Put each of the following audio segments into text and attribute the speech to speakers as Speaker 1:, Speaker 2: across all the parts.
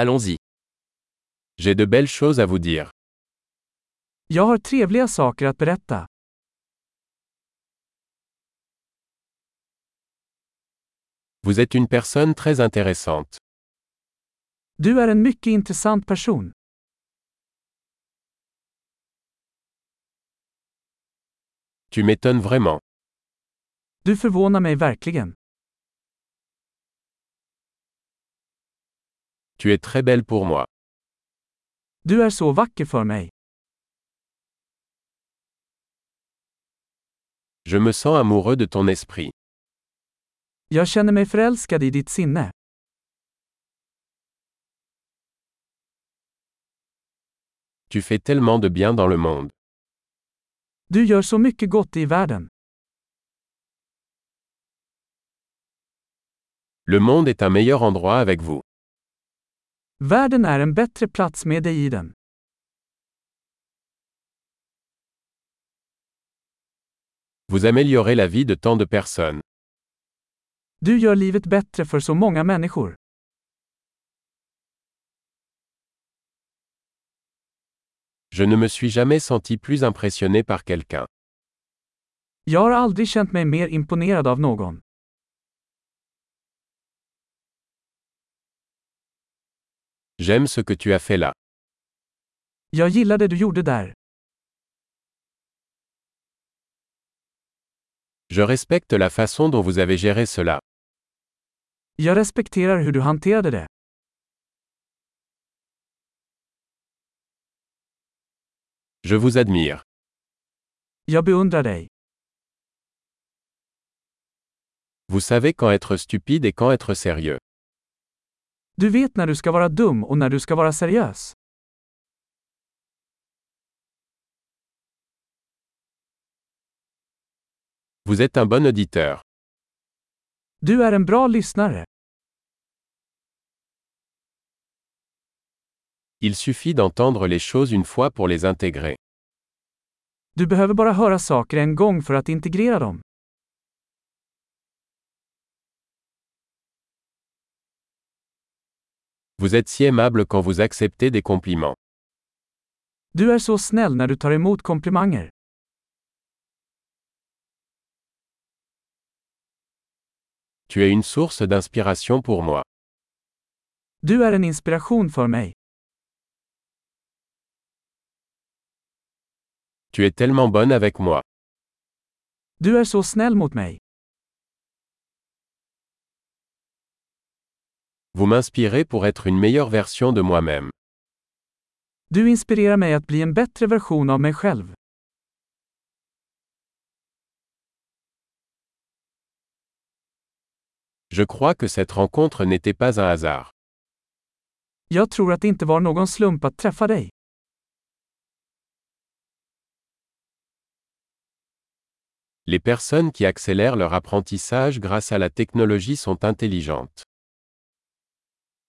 Speaker 1: Allons-y. J'ai de belles choses à vous dire.
Speaker 2: Jag har trevliga saker att berätta.
Speaker 1: Vous êtes une personne très intéressante.
Speaker 2: Du är en mycket intressant person.
Speaker 1: Tu m'étonnes vraiment.
Speaker 2: Du förvånar mig verkligen.
Speaker 1: Tu es très belle pour moi.
Speaker 2: Du är så vacker för mig.
Speaker 1: Je me sens amoureux de ton esprit.
Speaker 2: Jag känner mig förälskad i ditt sinne.
Speaker 1: Tu fais tellement de bien dans le monde.
Speaker 2: Du gör så mycket gott i världen.
Speaker 1: Le monde est un meilleur endroit avec vous.
Speaker 2: Världen är en bättre plats med dig i den.
Speaker 1: Vous améliorez la vie de tant de personnes.
Speaker 2: Du gör livet bättre för så många människor.
Speaker 1: Je ne me suis jamais senti plus impressionné par quelqu'un.
Speaker 2: Jag har aldrig känt mig mer imponerad av någon.
Speaker 1: J'aime ce que tu as fait là.
Speaker 2: Jag gillar det du gjorde där.
Speaker 1: Je respecte la façon dont vous avez géré cela.
Speaker 2: Jag respekterar hur du hanterade det.
Speaker 1: Je vous admire.
Speaker 2: Jag beundrar dig.
Speaker 1: Vous savez quand être stupide et quand être sérieux.
Speaker 2: Du vet när du ska vara dum och när du ska vara seriös.
Speaker 1: Vous êtes un bon auditeur.
Speaker 2: Du är en bra lyssnare.
Speaker 1: Il suffit d'entendre les choses une fois pour les intégrer.
Speaker 2: Du behöver bara höra saker en gång för att integrera dem.
Speaker 1: Vous êtes si aimable quand vous acceptez des compliments.
Speaker 2: Du är så snäll när du tar emot komplimanger.
Speaker 1: Tu es une source d'inspiration pour moi.
Speaker 2: Du är en inspiration för mig.
Speaker 1: Tu es tellement bonne avec moi.
Speaker 2: Du är så snäll mot mig.
Speaker 1: Vous m'inspirez pour être une meilleure version de moi-même.
Speaker 2: Du inspirerar mig att bli en bättre version av mig själv.
Speaker 1: Je crois que cette rencontre n'était pas un hasard.
Speaker 2: Jag tror att det inte var någon slump att träffa dig.
Speaker 1: Les personnes qui accélèrent leur apprentissage grâce à la technologie sont intelligentes.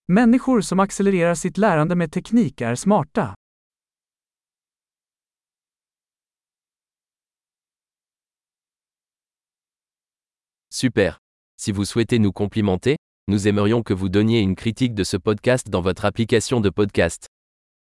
Speaker 2: Människor som accelererar sitt lärande med teknik är smarta.
Speaker 3: Super. Si vous souhaitez nous complimenter, nous aimerions que vous donniez une critique de ce podcast dans votre application de podcast.